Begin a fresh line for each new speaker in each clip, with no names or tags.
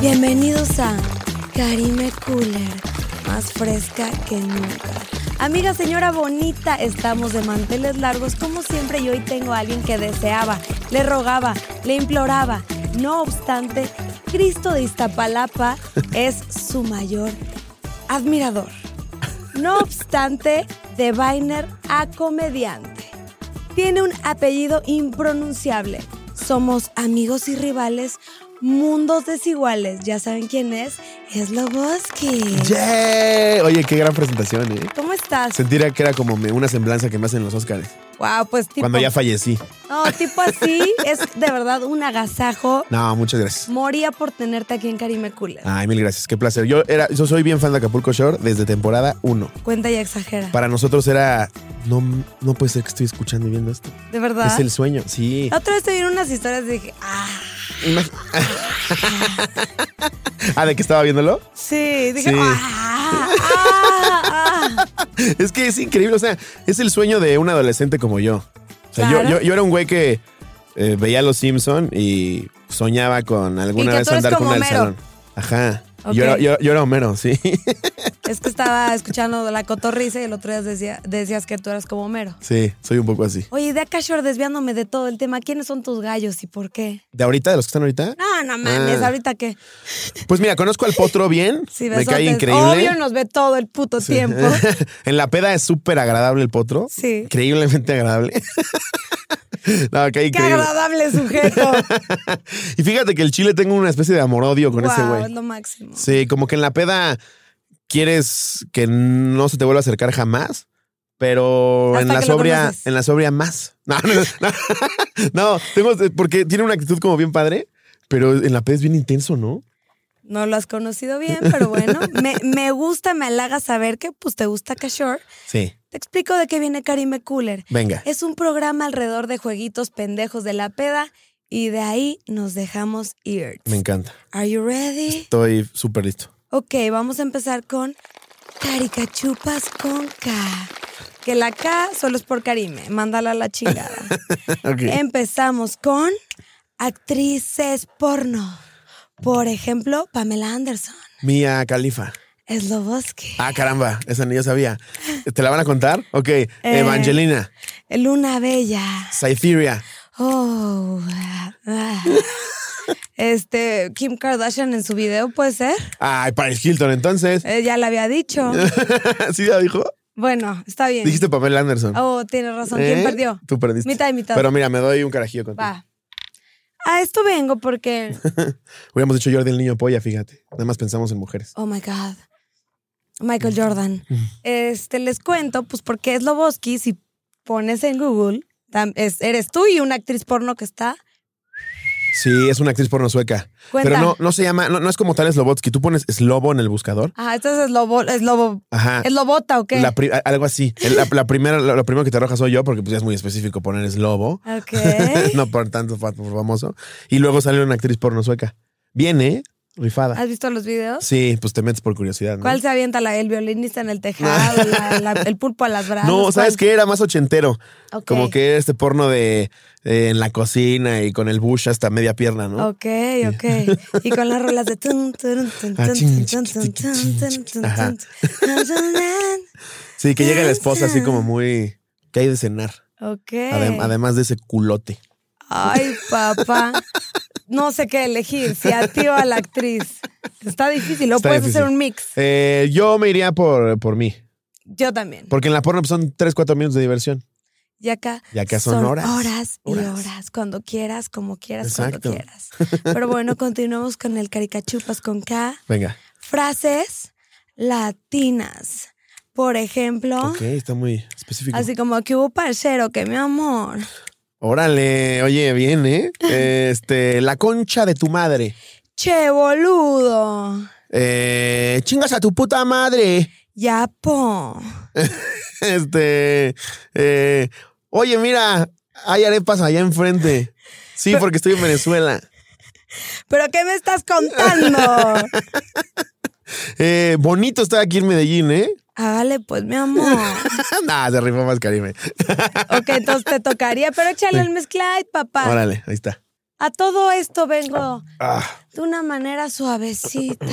Bienvenidos a Karime Cooler, más fresca que nunca. Amiga señora bonita, estamos de manteles largos como siempre y hoy tengo a alguien que deseaba, le rogaba, le imploraba. No obstante, Cristo de Iztapalapa es su mayor admirador. No obstante, de vainer a comediante. Tiene un apellido impronunciable. Somos amigos y rivales, mundos desiguales. Ya saben quién es, es Loboski.
¡Yeah! Oye, qué gran presentación, ¿eh?
¿Cómo estás?
Sentía que era como me- una semblanza que me hacen los Oscars.
Wow, pues tipo.
Cuando ya fallecí.
No, tipo así, es de verdad un agasajo.
No, Ah. muchas gracias.
Moría por tenerte aquí en Karime Cooler.
Ay, mil gracias. Qué placer. Yo, era, yo soy bien fan de Acapulco Shore desde temporada 1.
Cuenta y exagera.
Para nosotros era... No, no puede ser que estoy escuchando y viendo esto.
De verdad.
Es el sueño, sí.
La otra vez te vieron unas historias y dije, ah,
Imag- ah, ¿de que estaba viéndolo?
sí. Dije,
Sí.
ah, ah, ah.
Es que es increíble, o sea, es el sueño de un adolescente como yo. O sea,
Claro.
yo, yo, yo era un güey que eh, veía a los Simpson y soñaba con alguna
Y que
vez
tú eres
andar con
como
una del
Homero.
salón. Ajá.
Ok.
Yo, era, yo- yo era Homero, sí.
Es que estaba escuchando la cotorriza y el otro día decía, decías que tú eras como Homero.
sí, soy un poco así.
Oye, de acá Shore, desviándome de todo el tema, ¿quiénes son tus gallos y por qué?
¿De ahorita, de los que están ahorita?
No, no mames,
Ah.
ahorita que
Pues mira, conozco al potro bien.
si
me cae
besotes.
increíble.
Obvio nos ve todo el puto
Sí.
tiempo.
en la peda es súper agradable el potro.
Sí.
Increíblemente agradable. no, cae
Qué
increíble.
agradable sujeto.
y fíjate que el chile tengo una especie de amor-odio con ese
wow,
güey.
es lo máximo.
Sí, como que en la peda quieres que no se te vuelva a acercar jamás, pero
Hasta
en la
que lo
sobria,
conoces.
en la sobria más. No, no, no, No, tengo, porque tiene una actitud como bien padre, pero en la peda es bien intenso, ¿no?
No lo has conocido bien, pero bueno, me, me gusta, me halaga saber que pues te gusta Cashore.
Sí.
Te explico de qué viene Karime Cooler.
Venga.
Es un programa alrededor de jueguitos pendejos de la peda y de ahí nos dejamos ir.
Me encanta.
Are you ready?
Estoy súper listo.
Ok, vamos a empezar con Caricachupas con K. Que la K solo es por Karime, mándala a la chingada.
Ok.
Em. Empezamos con actrices porno. Por ejemplo, Pamela Anderson,
Mía Califa.
Sloboski,
Ah, caramba, esa ni yo sabía. ¿Te la van a contar? Ok.
Eh.
Evangelina,
Luna Bella.
Cytheria,
Oh. ah, ah. Este, Kim Kardashian en su video, ¿puede ser?
ay, Paris Hilton, entonces.
Eh, ya la había dicho.
¿Sí ya dijo?
Bueno, está bien.
Dijiste Pamela Anderson.
Eh. Oh, tienes razón. ¿Quién
¿Eh?
perdió?
Tú perdiste.
Mitad y mitad.
Pero mira, me doy un carajillo contigo.
Va. A esto vengo porque.
Hubiéramos dicho Jordi el niño polla, fíjate. Nada más pensamos en mujeres.
Oh my God. Michael Jordan. Este, les cuento, pues, porque es Loboski. Si pones en Google, tam- es- eres tú y una actriz porno que está.
Sí, es una actriz porno sueca.
Cuenta.
Pero no, no se llama, no, no es como tal Slobotsky. Tú pones Slobo en el buscador.
Ajá, esto es Slobo. Es, Lobo,
Ajá.
es Lobota o qué?
Ah, La pri- a- algo así. El- La, la primera, lo, lo primero que te arroja soy yo, porque pues ya es muy específico poner Slobo.
Ok.
no por tanto fa- por famoso. Y luego sale una actriz porno sueca. Viene, rifada.
¿Has visto los videos?
Sí, pues te metes por curiosidad. ¿no?
¿Cuál se avienta? La, ¿El violinista en el tejado? la- la- ¿El pulpo a las brasas?
No,
¿Cuál?
¿sabes qué? Era más ochentero.
Ok.
Como que este porno de eh, en la cocina y con el bush hasta media pierna, ¿no?
Ok, ok. Y con las rolas de... tun, turun, tun,
Ah,
tun,
chin,
tun,
chin,
tun,
chin,
tun,
chin,
tun,
chin.
tun,
Ajá.
tun, tun, tun, tun.
Sí, que llega la esposa así como muy... que hay de cenar?
Ok.
Adem- además de ese culote.
Ay, papá. No sé qué elegir, si a ti o a la actriz. Está difícil, o
Está
puedes hacer
difícil.
un mix.
Eh, yo me iría por, por mí.
Yo también.
Porque en la porno pues, son 3, 4 minutos de diversión.
Y acá,
Y acá son horas.
horas y horas.
Horas.
Cuando quieras, como quieras,
Exacto.
cuando quieras. Pero bueno, continuamos con el caricachupas con K.
Venga.
frases latinas. Por ejemplo,
Ok, está muy específico.
Ah. así como que hubo parcero, que mi amor.
Órale, oye, bien, ¿eh? Este, la concha de tu madre.
Che, boludo.
Eh, chingas a tu puta madre.
Ya, po.
Este, eh, oye, mira, hay arepas allá enfrente. Sí, porque estoy en Venezuela.
¿Pero qué me estás contando?
Eh, bonito estar aquí en Medellín, ¿eh?
Hágale, pues, mi amor.
nah, se rifó más Karime.
Ok, entonces te tocaría, pero échale el mezclite, papá.
Órale, ahí está.
A todo esto vengo
Ah,
de una manera suavecita.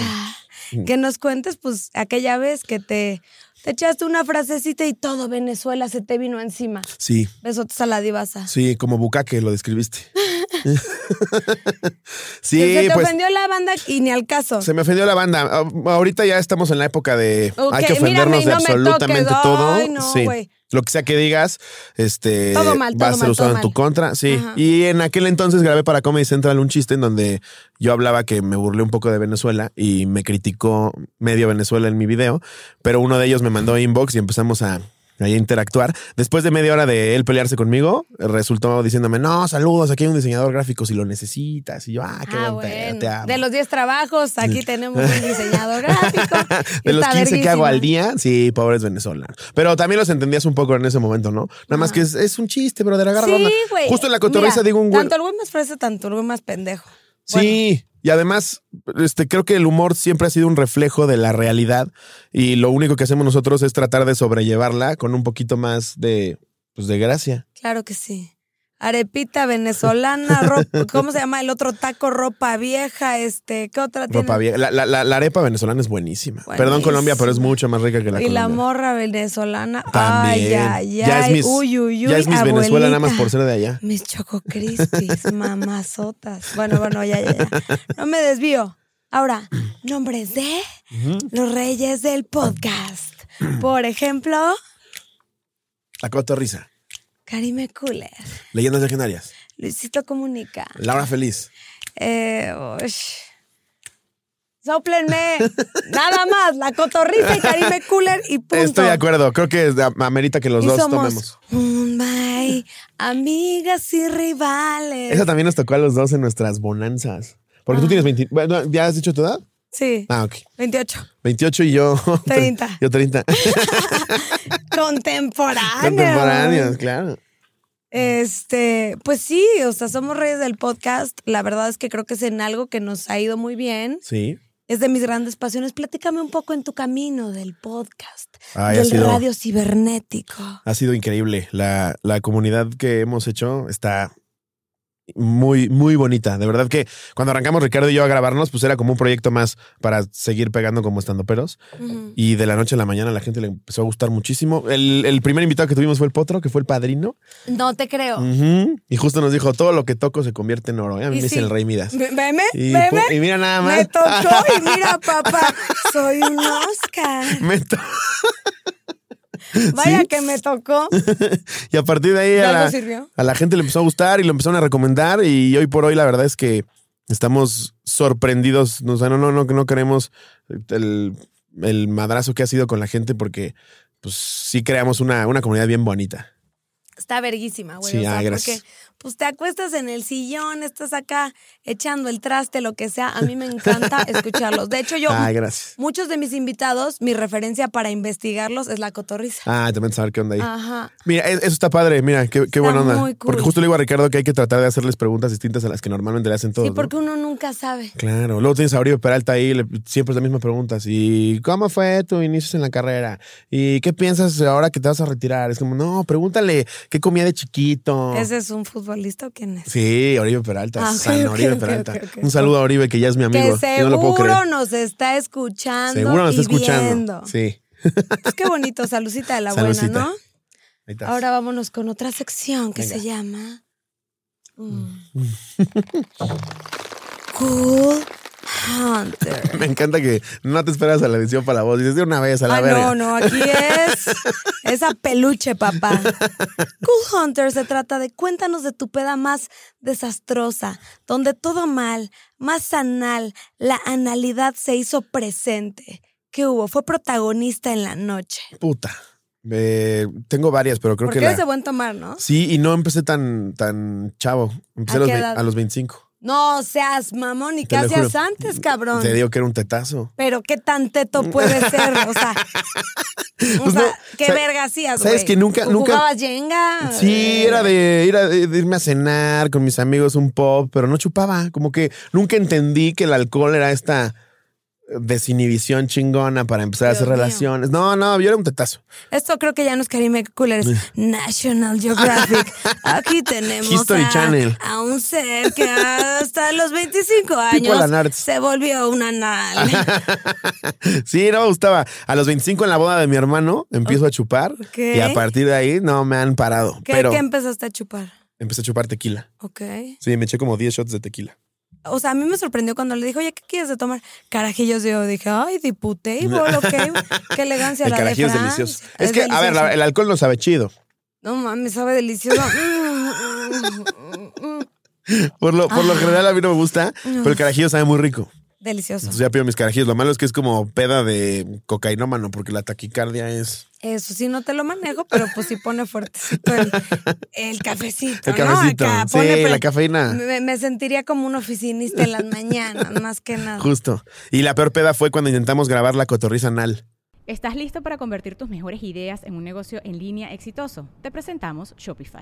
Mm.
Que nos cuentes, pues, aquella vez que te, te echaste una frasecita y todo Venezuela se te vino encima.
sí,
Besotes a la divasa.
sí, como bucaque lo describiste.
se
sí,
te
pues
ofendió la banda y ni al caso.
se me ofendió la banda. A- Ahorita ya estamos en la época de
Ok,
hay que
mírame y no
ofendernos de
me
absolutamente
toques.
todo.
Ay, no,
sí.
güey.
Lo que sea que digas, este
Todo mal,
va a
todo
ser
mal,
usado
todo
en tu
mal.
contra. Sí.
Ajá.
Y en aquel entonces grabé para Comedy Central un chiste en donde yo hablaba que me burlé un poco de Venezuela y me criticó medio Venezuela en mi video, pero uno de ellos me mandó inbox y empezamos a ahí a interactuar. Después de media hora de él pelearse conmigo, resultó diciéndome, no, saludos, aquí hay un diseñador gráfico si lo necesitas. Y yo, ah, qué
Ah,
buen pedo,
bueno.
te amo".
De los 10 trabajos, aquí tenemos un diseñador gráfico.
De los
Está
15 que hago
verguísima.
al día, sí, pobres venezolanos. Pero también los entendías un poco en ese momento, ¿no? Nada más que es, es un chiste, brother, agarra onda.
Sí, güey.
Justo en la cotorriza
Mira,
digo un güey.
Tanto el güey más fresa, tanto el güey más pendejo.
Sí, y además, este, creo que el humor siempre ha sido un reflejo de la realidad y lo único que hacemos nosotros es tratar de sobrellevarla con un poquito más de, pues, de gracia.
Claro que sí. Arepita venezolana, ropa, ¿cómo se llama el otro taco? Ropa vieja, este, ¿qué otra tiene?
Ropa vieja. La, la- la- la arepa venezolana es buenísima. Perdón
Buenísima.
Colombia, pero es mucho más rica que la
y la
colombiana.
morra venezolana.
También.
Ay, ay, ay.
ya es mis,
uy, uy, uy,
ya es mis
abuelita.
Venezuela nada más por ser de allá.
Mis choco crispies, mamazotas. Bueno, bueno, ya, ya, ya. No me desvío. Ahora, nombres de los reyes del podcast. Por ejemplo,
La cotorriza.
Karime Cooler,
Leyendas legendarias.
Luisito Comunica.
Laura Feliz.
Eh, ush. Sóplenme. Nada más, la cotorrita y Karime Cooler y punto.
Estoy de acuerdo. Creo que amerita que los
Y
dos
somos
tomemos.
un bye, amigas y rivales.
Esa también nos tocó a los dos en nuestras bonanzas. Porque tú
Ah.
tienes 20. Bueno, ¿ya has dicho tu edad?
Sí,
Ah, ok.
28.
28 y yo.
30.
Yo 30.
Ah, Contemporáneo.
Contemporáneos, claro.
Este, pues sí, o sea, somos reyes del podcast. La verdad es que creo que es en algo que nos ha ido muy bien.
Sí.
Es de mis grandes pasiones. Platícame un poco en tu camino del podcast,
Ay, ha
del
sido-
radio cibernético.
Ha sido increíble. La, la comunidad que hemos hecho está muy, muy bonita. De verdad que cuando arrancamos Ricardo y yo a grabarnos, pues era como un proyecto más para seguir pegando como estando peros.
Ujú.
Y de la noche a la mañana la gente le empezó a gustar muchísimo. El, el primer invitado que tuvimos fue el Potro, que fue el padrino.
No te
Mm.
creo.
Ujú. Y justo nos dijo, todo lo que toco se convierte en oro. ¿eh? A mí
Oh. Y
me dicen
sí.
el rey Midas.
Ve- Veme,
Y,
veme.
pu- y mira nada más.
Me tocó y mira, papá, soy un Oscar.
Me to-
Vaya
¿Sí?
que me tocó.
y a partir de ahí
¿De
a
algo
la,
sirvió?
a la gente le empezó a gustar y lo empezaron a recomendar. Y hoy por hoy la verdad es que estamos sorprendidos. O sea, no, no, no, no queremos el, el madrazo que ha sido con la gente porque pues sí creamos una, una comunidad bien bonita.
Está verguísima, güey.
Sí,
o sea,
ah, gracias.
Porque, pues te acuestas en el sillón, estás acá echando el traste, lo que sea. A mí me encanta escucharlos. De hecho, yo,
Ay, gracias.
muchos de mis invitados, mi referencia para investigarlos es la cotorriza.
Ah, también saber qué onda ahí.
Ajá.
Mira, es- eso está padre, mira, qué, qué
Está
buena onda.
muy cool.
Porque justo le digo a Ricardo que hay que tratar de hacerles preguntas distintas a las que normalmente le hacen todos.
Sí,
¿no?
porque uno nunca sabe.
Claro, luego tienes a Oribe Peralta ahí, le- siempre es la misma pregunta. ¿Y cómo fue tu inicio en la carrera? ¿Y qué piensas ahora que te vas a retirar? Es como, no, pregúntale, ¿qué comía de chiquito?
¿Ese es un futbolista o quién es?
Sí, Oribe Peralta,
Ah, ok,
sana,
ok,
Oribe
ok,
Peralta.
ok, ok.
Un saludo a Oribe, que ya es mi amigo.
que
yo no lo puedo
seguro
creer.
nos está escuchando.
Seguro nos
y
está escuchando.
Viendo.
Sí.
Pues qué bonito, salucita de la
Salucita.
buena, ¿no?
Ahí estás.
Ahora vámonos con otra sección que se
Venga.
llama. Mm. cool Hunter.
Me encanta que no te esperas a la edición para la voz. Dices de una vez a la
Ah,
verga.
no, no, aquí es esa peluche, papá. Cool Hunter se trata de cuéntanos de tu peda más desastrosa, donde todo mal, más anal, la analidad se hizo presente. ¿Qué hubo? Fue protagonista en la noche.
Puta. Eh, tengo varias, pero creo
Porque
que la.
eres de buen tomar, ¿no?
Sí, y no empecé tan, tan chavo.
¿A
Empecé a los,
qué
ve-
edad?
a los 25.
No seas mamón, ¿y qué
Te lo
hacías
juro.
antes, cabrón?
Te digo que era un tetazo.
Pero qué tan teto puede ser, o sea. O
Pues
sea,
no,
qué
sa-
verga hacías,
sabes
güey?
que nunca-
¿Tú
nunca-
¿Jugabas Jenga?
Sí, era de ir a- de irme a cenar con mis amigos un pop, pero no chupaba. Como que nunca entendí que el alcohol era esta desinhibición chingona para empezar a
Dios
hacer
mío.
relaciones. No, no, yo era un tetazo.
Esto creo que ya no es Karime Cooler, es National Geographic. Aquí tenemos
History
a,
Channel.
a un ser que hasta los 25 años
Alan Arts.
se volvió un anal. ¿eh?
sí, no me gustaba. A los 25 en la boda de mi hermano empiezo a chupar y a partir de ahí no me han parado.
¿Qué,
pero
qué empezaste a chupar?
empecé a chupar tequila.
Ok.
Sí, me eché como 10 shots de tequila.
O sea, a mí me sorprendió cuando le dijo, oye, ¿qué quieres de tomar? Carajillos yo dije, ay, diputable, ok. Qué elegancia
El
la
carajillo
de
es
Francia.
delicioso. Es, que, a ver,
delicioso.
la- el alcohol no sabe chido.
No mames, sabe delicioso. Mm, mm, mm, mm.
Por lo,
Ah.
por lo general a mí no me gusta, pero el carajillo sabe muy rico.
delicioso.
Entonces ya pido mis carajillos. Lo malo es que es como peda de cocainómano, porque la taquicardia es.
Eso sí, no te lo manejo, pero pues sí pone fuertecito el, el cafecito.
El cafecito.
¿no? Acá
Sí,
pre-
la cafeína.
Me, me sentiría como un oficinista en las mañanas, más que nada.
Justo. Y la peor peda fue cuando intentamos grabar la cotorriza anal.
¿Estás listo para convertir tus mejores ideas en un negocio en línea exitoso? Te presentamos Shopify.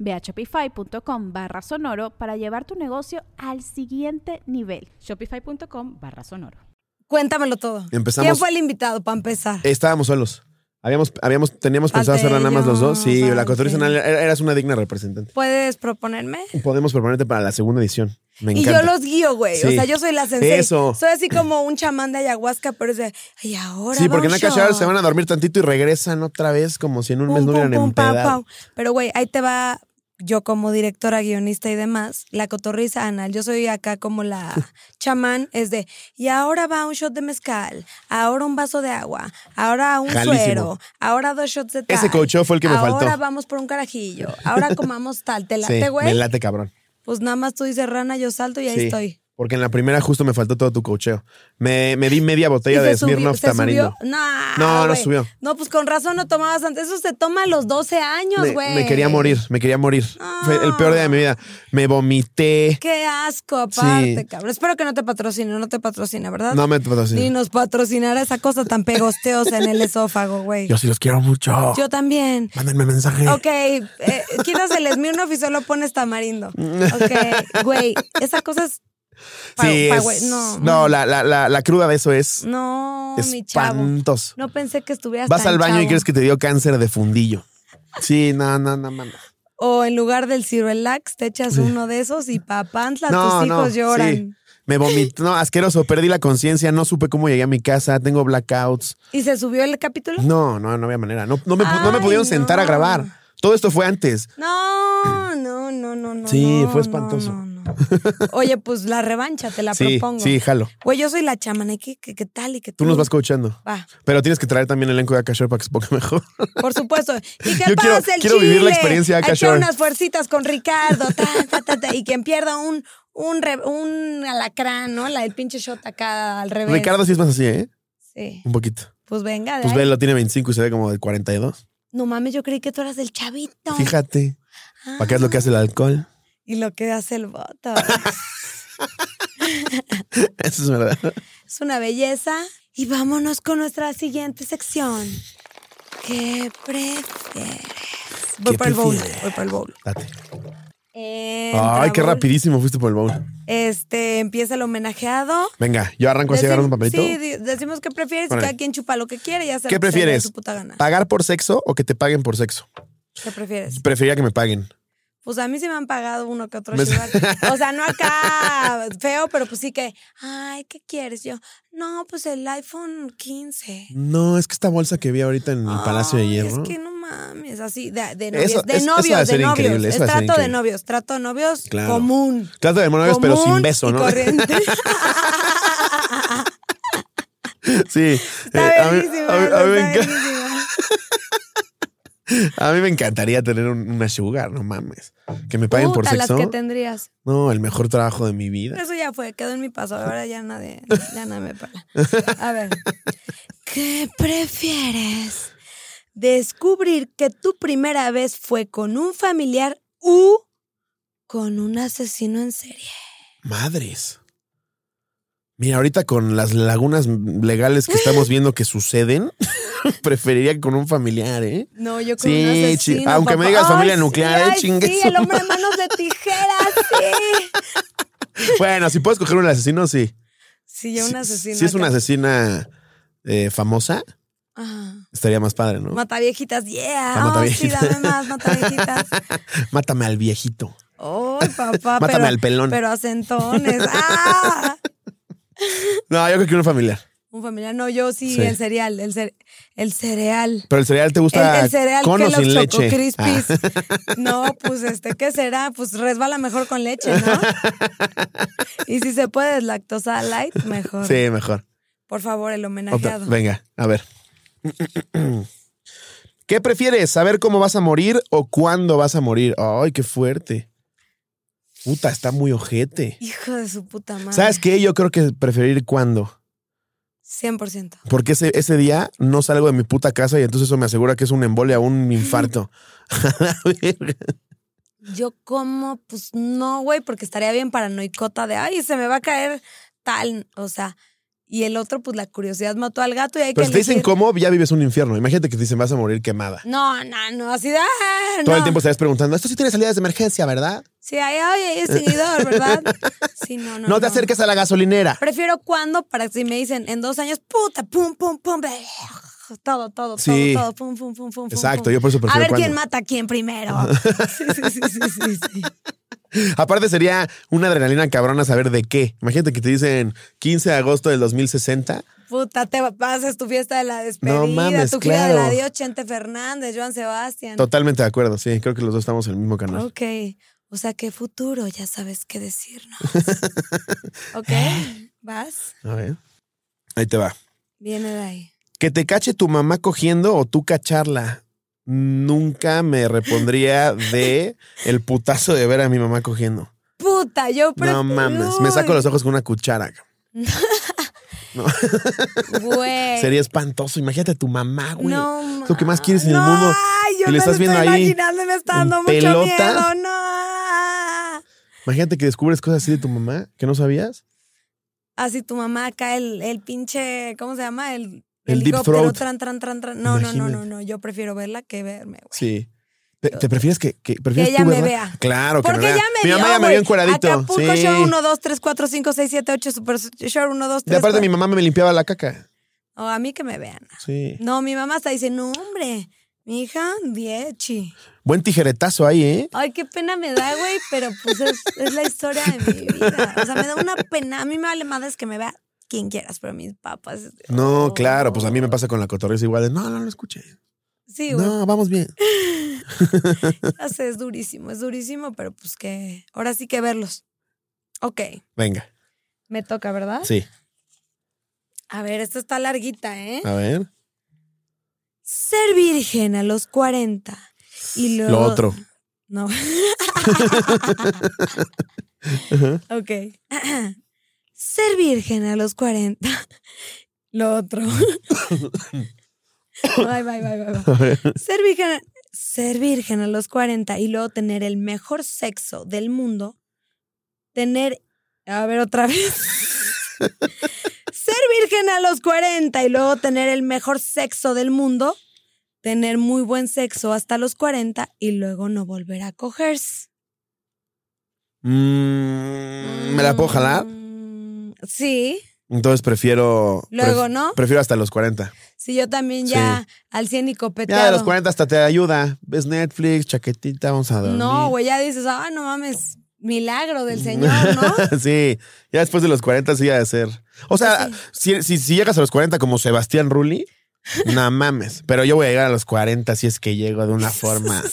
Ve a shopify.com barra sonoro para llevar tu negocio al siguiente nivel.
Shopify.com barra sonoro.
Cuéntamelo todo.
Empezamos- Eh,
¿Quién fue el invitado para empezar?
Estábamos solos. Habíamos, habíamos, teníamos
Falté
pensado hacerla nada más los dos.
yo,
Sí, la
falté.
cotorriza anal er- eras una digna representante.
¿Puedes proponerme?
Podemos proponerte para la segunda edición. Me
Y
encanta.
yo los guío, güey. O
Sí.
sea, yo soy la sensei.
Eso.
Soy así como un chamán de ayahuasca, pero es de, ay, ahora
Sí,
va
porque
un
en Akashar
shot".
se van a dormir tantito y regresan otra vez como si en un mes
Pum,
no
pum,
hubieran
pum, pam,
empedado.
pam. Pero, güey, ahí te va yo como directora, guionista y demás, la cotorriza anal. Yo soy acá como la chamán, es de, y ahora va un shot de mezcal, ahora un vaso de agua, ahora un
Jalísimo.
suero, ahora dos shots de tal.
Ese coacheo fue el que me faltó.
Ahora vamos por un carajillo, ahora comamos tal. ¿Te
Sí,
late,
me
güey?
late cabrón.
Pues nada más tú dices rana, yo salto ¿eh? y ahí
Sí,
estoy.
Porque en la primera justo me faltó todo tu cocheo. Me, me di media
¿Y
botella
se
de
subió-
Smirnoff
se
tamarindo.
subió? Nah,
No, no
güey.
subió.
No, pues con razón no tomabas antes. Eso se toma a los 12 años,
Me,
güey.
me quería morir, me quería morir. Fue el peor día de mi vida. Me vomité.
Qué asco, aparte,
Sí.
cabrón. Espero que no te patrocine, no te patrocina, ¿verdad?
No me
Ni
patrocinó.
nos patrocinará esa cosa tan pegosteosa en el esófago, güey.
Yo sí los quiero mucho.
Yo también.
Mándenme mensaje.
Ok, eh, quitas el Smirnoff y solo pones tamarindo. Ok, güey, esa cosa es... pa-
Sí,
pa-
es-
güey, no,
no, la, la, la, la cruda de eso es
no, mi chavo.
espantoso.
No pensé que estuvieras
Vas
tan
al baño y
chavo.
crees que te dio cáncer de fundillo. Sí, no, no, no, no. no.
O en lugar del Cirelax te echas uno de esos y papantla, tus hijos lloran.
sí. Me vomito, no, asqueroso, perdí la conciencia, no supe cómo llegué a mi casa, tengo blackouts.
¿Y se subió el capítulo?
No, no, no había manera. No, no me, pu- no me
Ay,
pudieron sentar a
no.
grabar. Todo esto fue antes.
No, no, no, no, no.
Sí,
no,
fue
no,
espantoso.
no, no. Oye, pues la revancha, te la
sí,
propongo.
sí, jalo.
Güey, yo soy la chamana, ¿y ¿qué, qué, qué tal? ¿Y qué
Tú
tal?
nos vas coachando.
Va,
Pero tienes que traer también el elenco de Akashor para que se ponga mejor.
por supuesto. ¿Y qué
Yo quiero-
pasa el
quiero vivir la
Chile?
experiencia de
Hay que
Cachorro.
unas fuercitas con Ricardo, ta, ta, ta, ta, y quien pierda un, un, re- un alacrán, ¿no? La del pinche shot acá al revés.
Ricardo sí es más así, ¿eh?
Sí,
Un poquito.
pues venga. de
Pues
ahí.
ve, lo tiene 25 y se ve como de 42.
No mames, yo creí que tú eras el chavito. Ah,
Fíjate. ¿Para qué es lo que hace el alcohol?
Y lo que hace el voto.
Eso es verdad.
Es una belleza. Y vámonos con nuestra siguiente sección. ¿Qué prefieres? Voy
¿Qué
para el bowl.
prefieres?
Voy para el bowl.
Date. Ay, qué rapidísimo fuiste por el bowl.
Este, empieza el homenajeado.
Venga, yo arranco así
Decim-
agarrando un papelito.
Sí, di- decimos que prefieres, y
Órale.
cada quien chupa lo que quiere y hace
¿Qué
lo que se le dé
prefieres?
su puta gana.
¿Pagar por sexo o que te paguen por sexo?
¿Qué prefieres?
Preferiría que me paguen.
Pues a mí sí me han pagado uno que otro
Me-
chival. O sea, no acá feo, pero pues sí que, ay, ¿qué quieres? Yo, no, pues el iPhone 15.
No, es que esta bolsa que vi ahorita en el Palacio de
Ay,
Hierro.
Es que no mames, así, de, de novios.
Eso-
de
es- eso
novios,
ha de ser
de novios.
increíble,
Es
eso ha de
trato
ser
de
increíble.
novios, trato de novios
Claro.
común.
Trato de novios, pero sin
común
beso,
y
¿no?
corriente.
sí. Eh,
Está
a, mí,
bellísimo,
a mí- a mí
está
me enca-
bellísimo.
a mí me encantaría tener un- una sugar, no mames. Que me paguen por
Puta, las
sexo.
que tendrías.
No, el mejor trabajo de mi vida.
Eso ya fue, quedó en mi paso. Ahora ya nadie, ya nada me para. A ver. ¿Qué prefieres? ¿Descubrir que tu primera vez fue con un familiar u con un asesino en serie?
Madres. Mira, ahorita con las lagunas legales que estamos viendo que suceden, preferiría que con un familiar, ¿eh?
No, yo
con Sí, un asesino, chi- aunque me papá. digas familia Ay, nuclear, sí, eh, ay, chingue sí,
Sí,
su
el
el
hombre manos de tijera, sí.
Bueno, si puedes coger un asesino, sí.
Sí, yo
Si-
un asesino.
Si es una
acá.
asesina eh, famosa,
Ajá.
estaría más padre, ¿no?
Mata viejitas, yeah.
La mata
Oh,
viejita.
Sí, dame más, mata viejitas.
Mátame al viejito.
Ay, papá,
Mátame
pero,
al pelón.
Pero acentones. ¡Ah!
No, yo creo que un familiar.
Un familiar. No, yo sí,
Sí.
el cereal. El, cere- el cereal.
Pero el cereal te gusta
el, el cereal
con o
Kellogg's
sin
Choco
leche.
Crispies.
Ah,
No, pues este, ¿qué será? Pues resbala mejor con leche, ¿no? y si se puede lactosa light, mejor.
Ah, sí, mejor.
Por favor, el
Otra-
homenajeado.
venga, a ver. ¿Qué prefieres? ¿Saber cómo vas a morir o cuándo vas a morir? Ay, qué fuerte. Puta, está muy ojete.
Hijo de su puta madre.
¿Sabes qué? Yo creo que preferir cuándo.
100%.
Porque ese, ese día no salgo de mi puta casa y entonces eso me asegura que es un embolia, un infarto.
Yo como, pues no, güey, porque estaría bien paranoicota de, ay, se me va a caer tal, o sea, y el otro, pues la curiosidad mató al gato y hay
Pero
que
si te dicen
elegir.
cómo, ya vives un infierno. Imagínate que te dicen vas a morir quemada.
No, no, no, así de, "Ah,
Todo el
no".
tiempo estarías preguntando, esto sí tiene salidas de emergencia, ¿verdad?
Sí, ay, ay, ay, es seguidor, ¿verdad? Sí, no, no.
No, te acerques a la gasolinera.
Prefiero cuando, para si me dicen en dos años, puta, pum, pum, pum, bla, bla, todo, todo,
Sí.
todo, todo, pum, pum, pum, pum. pum,
Exacto,
pum.
yo por eso
A
prefiero
ver
cuándo.
quién mata a quién primero. Sí, sí, sí, sí, sí, sí.
Aparte sería una adrenalina cabrona saber de qué. Imagínate que te dicen 15 de agosto del 2060.
Puta, te pasas tu fiesta de la despedida,
No mames,
tu gira de la
claro.
Dios, Chente Fernández, Joan Sebastián.
Totalmente de acuerdo, sí. Creo que los dos estamos en el mismo canal.
Ok. O sea, qué futuro, ya sabes qué decirnos. ok, vas,
A ver. Ahí te va.
viene de ahí.
Que te cache tu mamá cogiendo o tú cacharla. Nunca me repondría de el putazo de ver a mi mamá cogiendo.
Puta, yo
No
prefiero.
mames. Me saco los ojos con una cuchara.
Güey.
Sería espantoso. Imagínate a tu mamá, güey.
No.
Es lo que más quieres en el
ma-
mundo.
Ay, yo
Y
me
lo estás
lo
viendo
estoy
ahí,
imaginando, me está dando
en
mucho
pelota.
miedo. No.
Imagínate que descubres cosas así de tu mamá que no sabías.
Así tu mamá acá, el, el pinche, ¿cómo se llama? El,
El deep
helicóptero,
throat.
Tran, tran, tran, tran. No, no, no, no,
Imagínate.
no. Yo prefiero verla que verme, güey.
Sí. ¿Te, te prefieres que, que, prefieres
ella
tú
me
verla?
vea.
Claro, que
Porque
me vea.
ya me
Mi
dio,
mamá ya me
güey.
vio encueradito.
Acapulco,
sí.
Shore 1, 2, 3, 4, 5, 6, 7, 8, Super Shore 1, 2, 3.
De aparte, mi mamá me limpiaba la caca.
O Oh, a mí que me vean.
Sí.
No, mi mamá hasta dice, no, hombre, mi hija, diechi.
Buen tijeretazo ahí, ¿eh?
Ay, qué pena me da, güey, pero pues es, es la historia de mi vida. O sea, me da una pena. A mí me vale madres que me vea quien quieras, pero mis papás.
No,
Oh.
claro, pues a mí me pasa con la cotorriza igual de no, no lo escuché.
Sí, güey,
No, vamos bien.
ya sé, es durísimo, es durísimo, pero pues que. Ahora sí que verlos. Ok,
Venga,
me toca, ¿verdad?
sí.
A ver, esta está larguita, ¿eh?
A ver.
Ser virgen a los 40. Y luego.
Lo otro.
No. ok. Ser virgen a los 40. Lo otro. Bye, bye, bye, bye, bye. Ser virgen, ser virgen a los 40 y luego tener el mejor sexo del mundo. Tener. A ver, otra vez. ser virgen a los 40 y luego tener el mejor sexo del mundo. Tener muy buen sexo hasta los 40 y luego no volver a cogerse.
Mm, ¿Me la puedo jalar?
Mm, Sí.
Entonces prefiero.
Luego,
pref-
¿no?
Prefiero hasta los 40.
Sí, yo también
Sí.
ya al 100 y
Ya de los
copeteado.
40 hasta te ayuda. Ves Netflix, chaquetita, vamos a dormir.
no, güey, ya dices, ah, no mames, milagro del Señor, ¿no?
sí, ya después de los 40 sí ha de ser. O sea,
Pues
si, si- si llegas a los 40 como Sebastián Rulli, no mames. Pero yo voy a llegar a los 40 si es que llego de una forma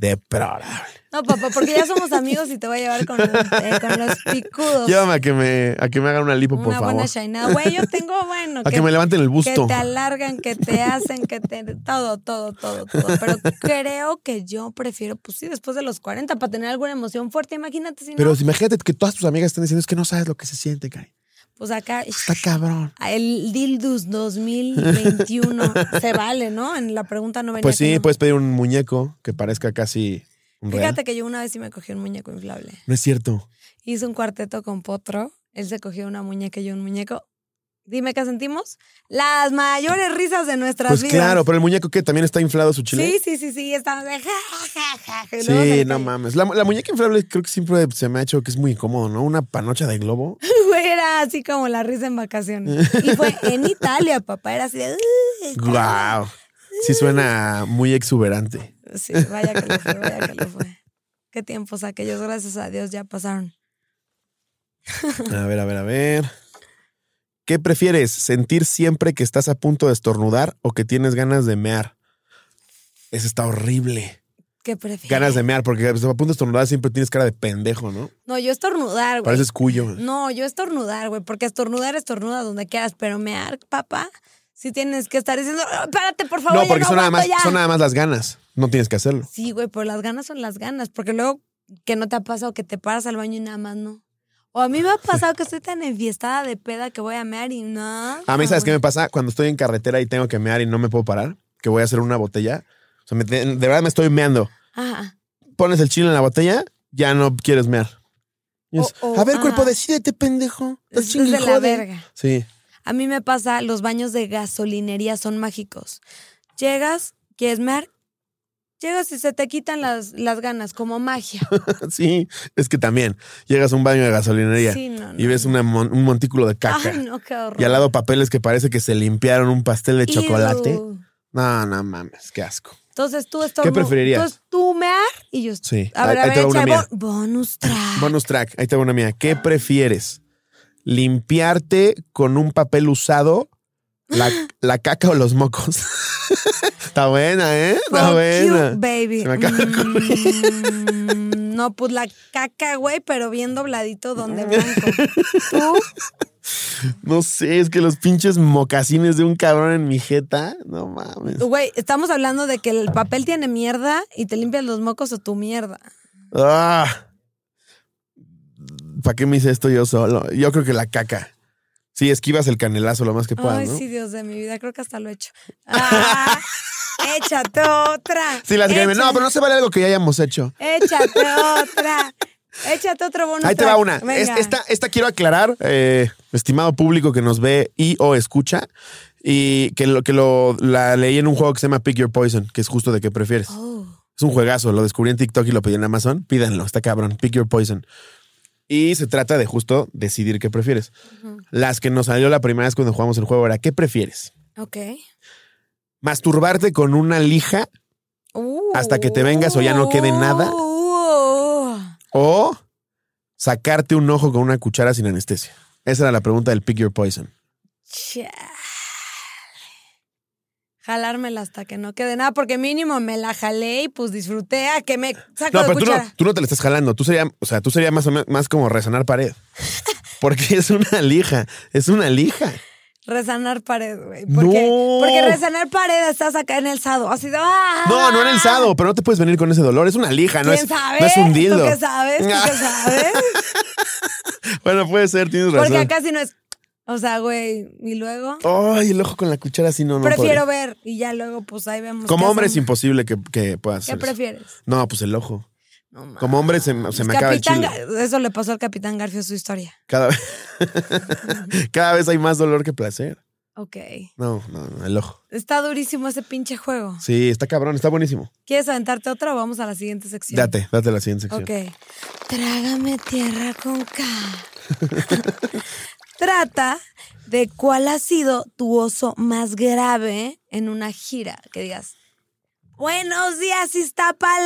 deplorable.
No, papá, porque ya somos amigos y te voy a llevar con los, eh, con los picudos.
Llévame a que me, a que me hagan una lipo, por
Una
favor.
buena shainada. Güey, yo tengo, bueno.
A que me levanten el
que
busto.
te alargan, que te hacen, que te. Todo, todo, todo, todo. Pero creo que yo prefiero, pues sí, después de los 40, para tener alguna emoción fuerte. Imagínate si no.
Pero imagínate que todas tus amigas están diciendo es que no sabes lo que se siente, Karen.
pues acá.
Está cabrón.
El Dildus 2021 se vale, ¿no? En la pregunta no venía.
Pues
que
sí,
no.
puedes pedir un muñeco que parezca casi un real.
Fíjate que yo una vez sí me cogí un muñeco inflable.
No es cierto.
Hice un cuarteto con Potro. Él se cogió una muñeca y yo un muñeco. Dime qué sentimos. Las mayores risas de nuestras
Pues
vidas.
claro, pero el muñeco que también está inflado su chile.
Sí, sí, sí, sí. Estamos de ja, ja, ja, ja. y luego se
Sí,
le
no
cae.
mames. La, la muñeca inflable creo que siempre se me ha hecho que es muy incómodo, ¿no? Una panocha de globo.
Güey, era así como la risa en vacaciones. Y fue en Italia, papá. Era así de. "Uy, Italia".
Wow. Sí suena muy exuberante.
Sí, vaya que lo fue, vaya que lo fue. Qué tiempos aquellos, gracias a Dios, ya pasaron.
A ver, a ver, a ver. ¿Qué prefieres? ¿Sentir siempre que estás a punto de estornudar o que tienes ganas de mear? Eso está horrible.
¿Qué prefieres?
Ganas de mear, porque a punto de estornudar siempre tienes cara de pendejo, ¿no?
No, yo estornudar, güey.
Pareces cuyo.
No, yo estornudar, güey, porque estornudar estornuda donde quieras, pero mear, papá, si tienes que estar diciendo, "Ah, párate, por favor,
No,
ya
porque son nada, más,
aguanto ya".
son nada más las ganas. No tienes que hacerlo.
Sí, güey, pero las ganas son las ganas, porque luego que no te ha pasado que te paras al baño y nada más no. O a mí me ha pasado que estoy tan enfiestada de peda que voy a mear y no.
A mí, ¿sabes qué
güey.
me pasa? Cuando estoy en carretera y tengo que mear y no me puedo parar, que voy a hacer una botella. O sea, me te- de verdad me estoy meando.
Ajá.
Pones el chile en la botella, ya no quieres mear. Y es,
O- o,
a ver, cuerpo,
Oh, ajá.
decídete, pendejo.
Es,
Estás
es de
chingue y
la
jode".
verga.
Sí.
A mí me pasa, los baños de gasolinería son mágicos. Llegas, quieres mear, llegas y se te quitan las, las ganas, como magia.
Sí, es que también llegas a un baño de gasolinería
Sí, no, no.
y ves una mon- un montículo de caca.
Ay, no, qué horror.
Y al lado papeles que parece que se limpiaron un pastel de
Iu.
chocolate. No, no mames, qué asco.
Entonces tú estornudas.
¿Qué preferirías?
Entonces tú mear y yo.
Sí,
A
ahí-
ver, a
ahí te
ver,
va una
échale
mía.
bon- bonus track.
Bonus track, ahí tengo una mía. ¿Qué prefieres? ¿Limpiarte con un papel usado la, la caca o los mocos? Está buena, ¿eh? Está
Fuck
buena.
you, baby.
Se me acaba de
Mm, no, pues la caca, güey, pero bien dobladito donde
Mm.
blanco. Tú,
No sé, es que los pinches mocasines de un cabrón en mi jeta. No mames.
güey, estamos hablando de que el papel tiene mierda y te limpias los mocos o tu mierda.
Ah. ¿Para qué me hice esto yo solo? Yo creo que la caca. Sí, esquivas el canelazo lo más que puedas,
Ay,
¿no?
sí, Dios de mi vida, creo que hasta lo he hecho. Ah, échate otra.
Sí, las
Echa-
gremias. No, pero no se vale algo que ya hayamos hecho.
Échate otra. Échate otro bonus
Ahí te
track.
va una. Es-
Venga.
esta, esta quiero aclarar, eh, estimado público que nos ve y o escucha, y que lo que lo la leí en un juego que se llama Pick Your Poison, que es justo de qué prefieres.
Oh.
Es un juegazo, lo descubrí en TikTok y lo pedí en Amazon. Pídanlo, está cabrón. Pick Your Poison. Y se trata de justo decidir qué prefieres. Las que nos salió la primera vez cuando jugamos el juego era ¿qué prefieres?
Ok.
¿Masturbarte con una lija Hasta que te vengas o ya no quede nada.
Uh.
o sacarte un ojo con una cuchara sin anestesia? Esa era la pregunta del Pick Your Poison.
Chale. Jalármela hasta que no quede nada, porque mínimo me la jalé y pues disfruté a que me saco
No,
de
pero tú no,
cuchara.
tú no te la estás jalando. Tú sería, o sea, tú sería más o menos más como resanar pared. Porque es una lija, es una lija.
Resanar pared, güey. Porque,
No.
porque resanar pared estás acá en el sado. Así de. ¡ah!
No, no en el sado, pero no te puedes venir con ese dolor. Es una lija, no
¿Quién
es,
sabe?
no es un dildo.
¿Tú qué sabes? ¿Tú qué sabes?
Bueno, puede ser, tienes razón.
Porque acá si no es. O sea, güey. Y luego.
Ay, el ojo con la cuchara sí no, no
prefiero
podría.
ver. Y ya luego, pues ahí vemos.
Como
qué
hombre es
hacemos.
imposible que, que puedas
¿Qué
hacer eso.
prefieres?
No, pues el ojo.
No mames. Pues
Como hombre se, me- se me acaba el
Capitán
chile.
Gar- Eso le pasó al Capitán Garfio su historia.
Cada, vez- cada vez hay más dolor que placer.
Ok.
No, no, no, el ojo.
Está durísimo ese pinche juego.
Sí, está cabrón, está buenísimo.
¿Quieres aventarte otra o vamos a la siguiente sección?
Date, date la siguiente sección.
Ok. Trágame tierra con K. Trata de cuál ha sido tu oso más grave en una gira. Que digas, buenos días,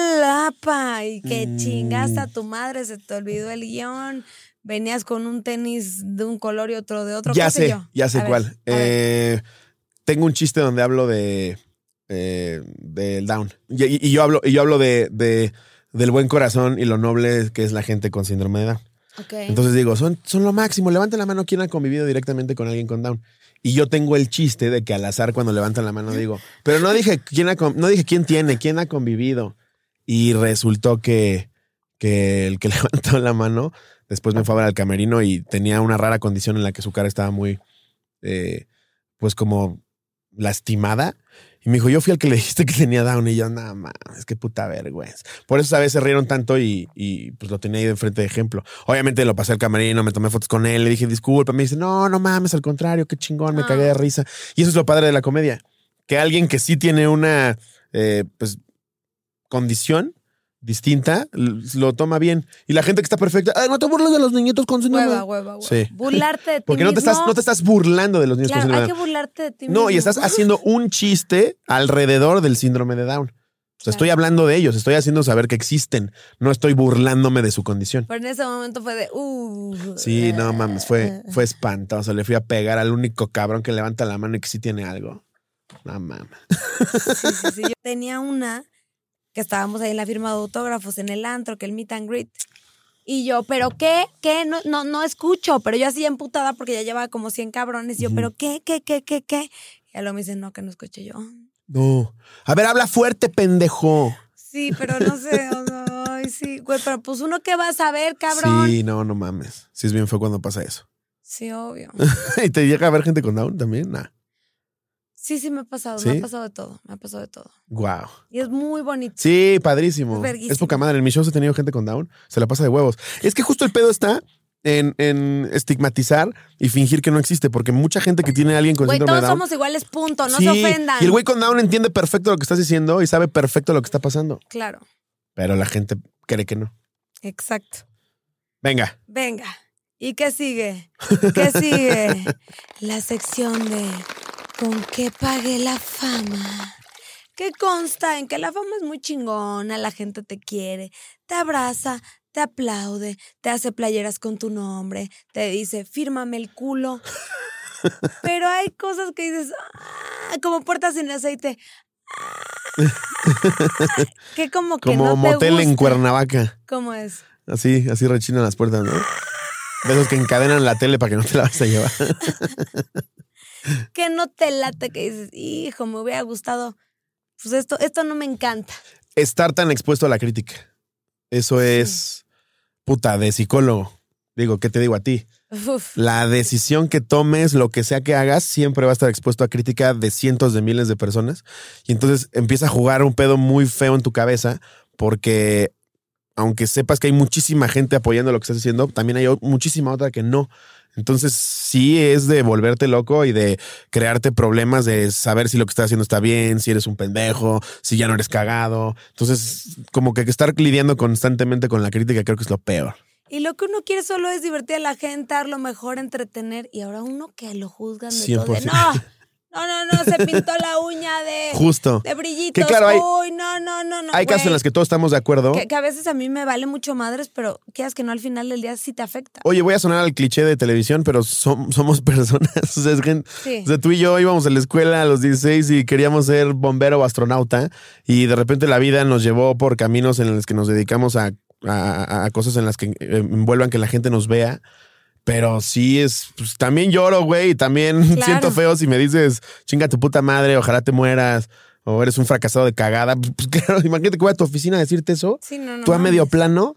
Iztapalapa. Y que
Mm.
chingaste a tu madre, se te olvidó el guión. Venías con un tenis de un color y otro de otro.
Ya
¿qué sé
sé,
yo?
ya sé
A ver,
cuál.
a ver.
Eh, tengo un chiste donde hablo de eh, del down. Y, y- y yo hablo, y yo hablo de, de- del buen corazón y lo noble que es la gente con síndrome de Down.
Ok.
Entonces digo, son, son lo máximo. Levanten la mano quien ha convivido directamente con alguien con Down. Y yo tengo el chiste de que al azar cuando levantan la mano digo, pero no dije quién ha con- no dije quién tiene, quién ha convivido. Y resultó que, que el que levantó la mano después me fue a ver al camerino y tenía una rara condición en la que su cara estaba muy, eh, pues como lastimada. Y me dijo, yo fui al que le dijiste que tenía Down. Y yo, nada más, es que puta vergüenza. Por eso a veces se rieron tanto y, y, pues lo tenía ahí de frente de ejemplo. Obviamente lo pasé al camerino, me tomé fotos con él, le dije disculpa. Me dice, no, no mames, al contrario, qué chingón, me
Ah.
cagué de risa. Y eso es lo padre de la comedia. Que alguien que sí tiene una, eh, pues, condición distinta, l- lo toma bien. Y la gente que está perfecta, "Ay, no te burles de los niñitos con síndrome de
Hueva, hueva, hueva.
Sí.
Burlarte de ti
porque no te,
mismo.
estás, no te estás burlando de los niños con
Claro, hay
síndrome de
que
Down.
burlarte de ti mismo.
No, y estás haciendo un chiste alrededor del síndrome de Down. O sea, estoy hablando de ellos, estoy haciendo saber que existen. No estoy burlándome de su condición.
Pero en ese momento fue de, uh.
Sí, no mames,
Eh.
fue, fue espantoso. Le fui a pegar al único cabrón que levanta la mano y que sí tiene algo. No mames.
Ah, Sí, sí, sí. Yo tenía una que estábamos ahí en la firma de autógrafos, en el antro, que el meet and greet. Y yo, ¿pero qué? ¿Qué? No, no, no escucho. Pero yo así emputada porque ya llevaba como 100 cabrones. Y yo,
Ujú.
¿pero qué? ¿Qué? ¿Qué? ¿Qué? ¿Qué? Y luego me dicen, no, que no escuché yo.
No. A ver, habla fuerte, pendejo.
Sí, pero no sé. o sea, ay, sí, güey, pero pues uno que va a saber, cabrón. Sí,
Sí, no, no mames. Sí, es bien fue cuando pasa eso.
obvio.
¿Y te llega a ver gente con Down también? Nah.
Sí, sí, me ha pasado. Me
¿Sí?
ha pasado de todo. Me ha pasado de todo.
Wow.
Y es muy bonito.
Sí, padrísimo.
Es
Es,
verguísima.
poca madre. En mis shows he tenido gente con Down, se la pasa de huevos. Es que justo el pedo está en, en estigmatizar y fingir que no existe, porque mucha gente que tiene a alguien con
Güey,
síndrome
todos
de Down.
somos iguales, punto. No
Sí,
se ofendan.
Y el güey con Down entiende perfecto lo que estás diciendo y sabe perfecto lo que está pasando.
Claro,
Pero la gente cree que no.
exacto.
Venga.
Venga. ¿Y qué sigue? ¿Qué sigue? la sección de ¿Con qué pagué la fama? Que consta en que la fama es muy chingona, la gente te quiere, te abraza, te aplaude, te hace playeras con tu nombre, te dice, fírmame el culo. Pero hay cosas que dices, "Ah", como puertas sin aceite. "Ah", que como que
Como
no te
motel en
gusta.
Cuernavaca.
¿Cómo es?
Así, así rechinan las puertas, ¿no? De esos que encadenan la tele para que no te la vas a llevar.
que no te late, que dices, hijo, me hubiera gustado. Pues esto, esto no me encanta.
estar tan expuesto a la crítica. Eso es puta de psicólogo. Digo, ¿qué te digo a ti?
Uf,
La decisión que tomes, lo que sea que hagas, siempre va a estar expuesto a crítica de cientos de miles de personas. Y entonces empieza a jugar un pedo muy feo en tu cabeza porque aunque sepas que hay muchísima gente apoyando lo que estás haciendo, también hay o- muchísima otra que no. Entonces sí es de volverte loco y de crearte problemas de saber si lo que estás haciendo está bien, si eres un pendejo, si ya no eres cagado. Entonces como que estar lidiando constantemente con la crítica creo que es lo peor.
Y lo que uno quiere solo es divertir a la gente, dar lo mejor, entretener. Y ahora uno que lo juzgan de todo. de,
100%.
no, no, no, no, se pintó la uña de,
Justo.
Eh, de brillitos.
claro, hay-
Uy, no, no, no, no.
Hay casos en
güey".
los que todos estamos de acuerdo.
que, que a veces a mí me vale mucho madres, pero quieras que no, al final del día sí te afecta.
Oye, voy a sonar al cliché de televisión, pero som- somos personas. O sea, es gente-
Sí.
o sea, tú y yo íbamos a la escuela a los 16 y queríamos ser bombero o astronauta. Y de repente la vida nos llevó por caminos en los que nos dedicamos a, a- a cosas en las que eh, envuelvan que la gente nos vea. Pero sí es, pues, también lloro, güey, y también
Claro.
siento feo si me dices, chinga tu puta madre, ojalá te mueras, o eres un fracasado de cagada. Pues, pues, claro, imagínate que voy a tu oficina a decirte eso.
Sí, no, no.
tú a
mames.
medio plano,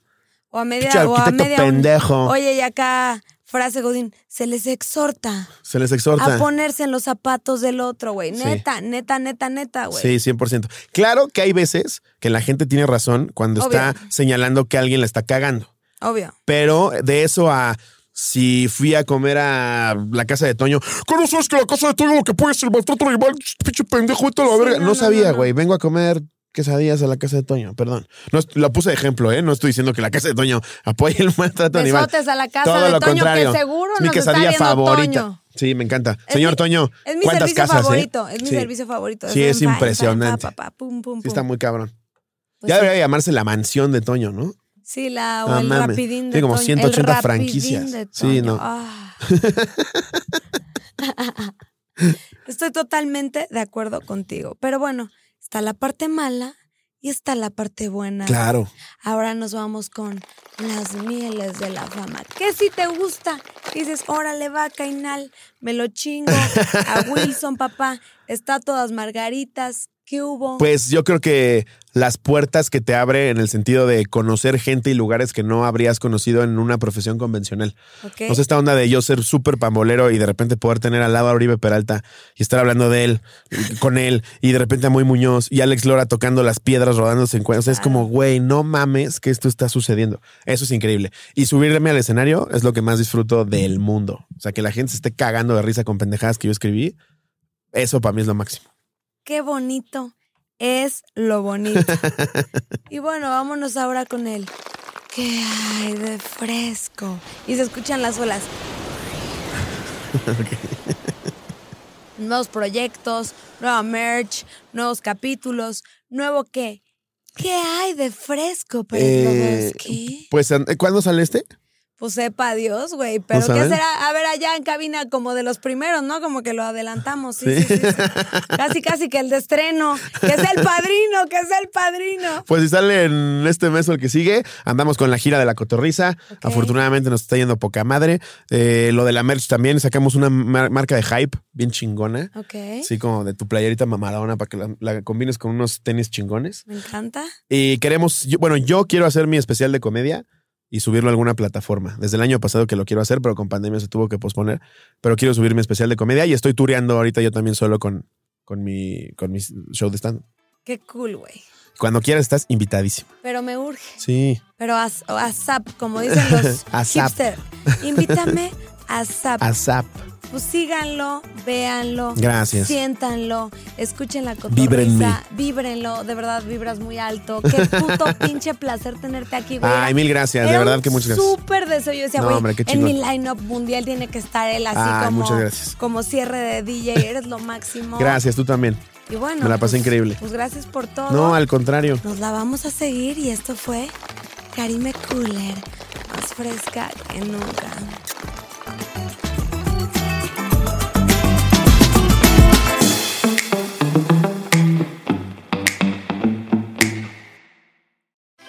O a media,
pinche
o a
arquitecto
media.
pendejo.
Oye, y acá, frase Godín, se les exhorta.
se les exhorta.
a ponerse en los zapatos del otro, güey.
Sí.
Neta, neta, neta, neta, güey.
Sí, 100%. Claro que hay veces que la gente tiene razón cuando está
Obvio.
señalando que alguien la está cagando.
Obvio.
Pero de eso a Si fui a comer a la casa de Toño, ¿cómo no sabes que la casa de Toño lo que puede ser el maltrato animal? Pinche pendejo, vete a la
Sí,
verga.
no,
No,
no, no,
sabía,
no.
güey. Vengo a comer quesadillas a la casa de Toño, perdón. No, est- la puse de ejemplo, ¿eh? No estoy diciendo que la casa de Toño apoye el maltrato animal.
Besotes a la casa
Todo
de
lo
Toño,
contrario.
que seguro
Es mi
nos está
quesadilla
viendo
favorita.
Toño.
Sí, me encanta.
Es
Señor
mi-
Toño,
Es mi
¿cuántas
servicio
casas? eh?
favorito, es mi
Sí.
servicio favorito.
Sí, es
empa, empa,
impresionante.
empa, pa, pum, pum,
Sí, está
pum.
muy cabrón.
Pues
Ya
sí.
debería llamarse la mansión de Toño, ¿no?
Sí, la, o
No
el
mames.
rapidín de
Tiene como
Toño, el
180
rapidín
franquicias.
de
Sí,
Toño.
no.
Ah. Estoy totalmente de acuerdo contigo. Pero bueno, está la parte mala y está la parte buena.
Claro.
Ahora nos vamos con las mieles de la fama. Que si te gusta, dices, órale, va, Cainal, me lo chingo. A Wilson, papá, está todas margaritas. ¿Qué hubo?
Pues yo creo que las puertas que te abre en el sentido de conocer gente y lugares que no habrías conocido en una profesión convencional.
Ok.
No sé, esta onda de yo ser súper pambolero y de repente poder tener al lado a Oribe Peralta y estar hablando de él, con él, y de repente a Muy Muñoz y Alex Lora tocando las piedras, rodándose en cuerda. O sea, es como, güey, no mames que esto está sucediendo. Eso es increíble. Y subirme al escenario es lo que más disfruto del mundo. O sea, que la gente se esté cagando de risa con pendejadas que yo escribí. Eso para mí es lo máximo.
qué bonito es lo bonito. y bueno, vámonos ahora con él. ¿Qué hay de fresco? Y se escuchan las olas. Nuevos proyectos, nueva merch, nuevos capítulos, nuevo qué. ¿Qué hay de fresco,
Eh,
Pedrovsky?
Pues, ¿cuándo sale este?
Pues sepa Dios, güey. Pero ¿qué
saben?
será? A ver, allá en cabina como de los primeros, ¿no? Como que lo adelantamos. Sí, sí, sí, sí. Casi, casi que el de estreno. Que es el padrino, que es el padrino.
Pues si sale en este mes o el que sigue, andamos con la gira de la cotorriza.
Ok.
Afortunadamente nos está yendo poca madre. Eh, lo de la merch también, sacamos una mar- marca de hype bien chingona.
Ok.
Así como de tu playerita mamadona para que la, la combines con unos tenis chingones.
Me encanta.
Y queremos, yo- bueno, yo quiero hacer mi especial de comedia y subirlo a alguna plataforma. Desde el año pasado que lo quiero hacer, pero con pandemia se tuvo que posponer. Pero quiero subir mi especial de comedia y estoy tureando ahorita yo también solo con, con, mi, con mi show de stand.
Qué cool, güey.
Cuando quieras estás invitadísimo.
Pero me urge.
Sí.
Pero a, a zap, como dicen los
A zap.
hipster. Invítame a zap.
ASAP.
Pues síganlo, véanlo.
Gracias.
Siéntanlo, escuchen la cotorriza.
Víbrenme.
Víbrenlo, de verdad vibras muy alto. Qué puto pinche placer tenerte aquí, güey.
Ay, mil gracias, de
Era
verdad
un
que muchas gracias.
Súper deseo. Yo decía,
No,
güey,
hombre, qué
en mi
chingón.
lineup mundial tiene que estar él así
Ay,
como,
muchas gracias.
como cierre de DJ. Eres lo máximo.
Gracias, tú también.
Y bueno,
Me la pasé
pues-
increíble.
Pues gracias por todo.
No, al contrario.
Nos la vamos a seguir y esto fue Karime Cooler, más fresca que nunca.